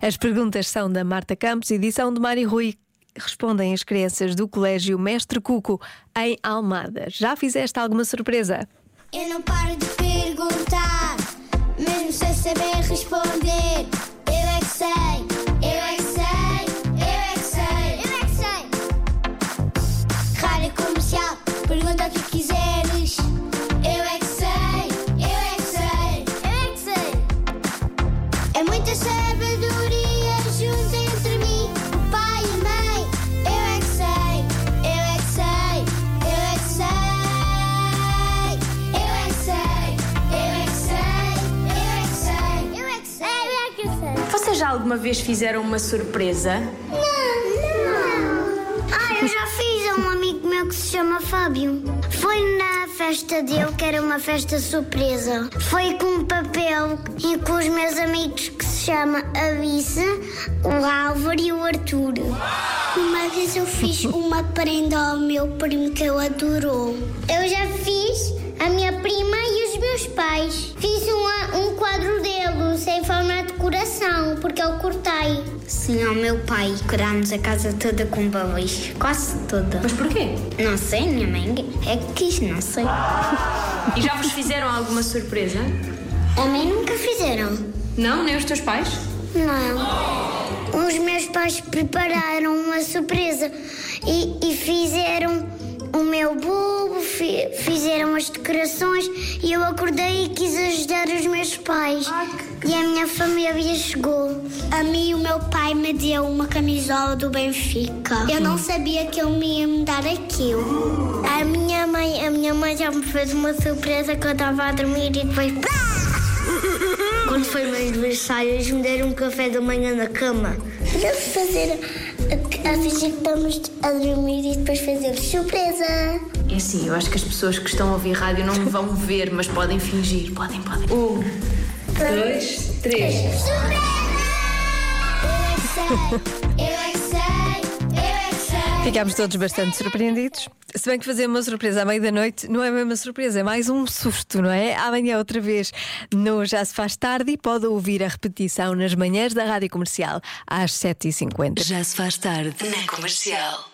As perguntas são da Marta Campos, edição de Mário Rui. Respondem as crianças do Colégio Mestre Cuco, em Almada. Já fizeste alguma surpresa? Eu não paro de perguntar, mesmo sem saber responder. Eu é que sei, eu é que sei, eu é que sei, eu é que sei. Rádio comercial, pergunta o que quiseres. Eu é que sei, eu é que sei, eu é que sei. É muita sabedoria junto entre mim, o pai e a mãe. Eu é que sei, eu é que sei, eu é que sei. Eu é que sei, eu é que sei, eu é que sei. Eu é que sei, eu é que sei. Vocês já alguma vez fizeram uma surpresa? Não, não. Ah, eu já fiz a um amigo meu que se chama Fábio. Foi na festa dele, que era uma festa surpresa. Foi com um papel e com os meus amigos que se chama Alice, o Álvaro e o Arthur. Uma vez eu fiz uma prenda ao meu primo que ele adorou. Eu já fiz a minha prima e os meus pais. Fiz uma- um quadro dele sem formato de coração, porque eu cortei. Sim, ao meu pai. Curámos a casa toda com balões. Quase toda. Mas porquê? Não sei, minha mãe é que quis, não sei. E já vos fizeram alguma surpresa? A mim nunca fizeram. Não? Nem os teus pais? Não. Os meus pais prepararam uma surpresa e, e fizeram o meu bobo, fi- fizeram as decorações e eu acordei e quis ajudar os meus pais. E a minha família chegou. A mim, o meu pai me deu uma camisola do Benfica. Eu não sabia que eu me ia mudar aquilo. A minha mãe, a minha mãe já me fez uma surpresa que eu estava a dormir e depois. Quando foi meu aniversário, eles me deram um café da manhã na cama. Podemos fazer a, a fingir que estamos a dormir e depois fazer surpresa. É assim, eu acho que as pessoas que estão a ouvir rádio não me vão ver, mas podem fingir. Podem, podem. Um, dois, É. três. Surpresa! Eu é que sei, eu é que sei, Ficámos todos bastante surpreendidos. Se bem que fazer uma surpresa à meia da noite não é bem uma surpresa, é mais um susto, não é? Amanhã outra vez no Já Se Faz Tarde e pode ouvir a repetição nas manhãs da Rádio Comercial às 7h50. Já se faz tarde na comercial.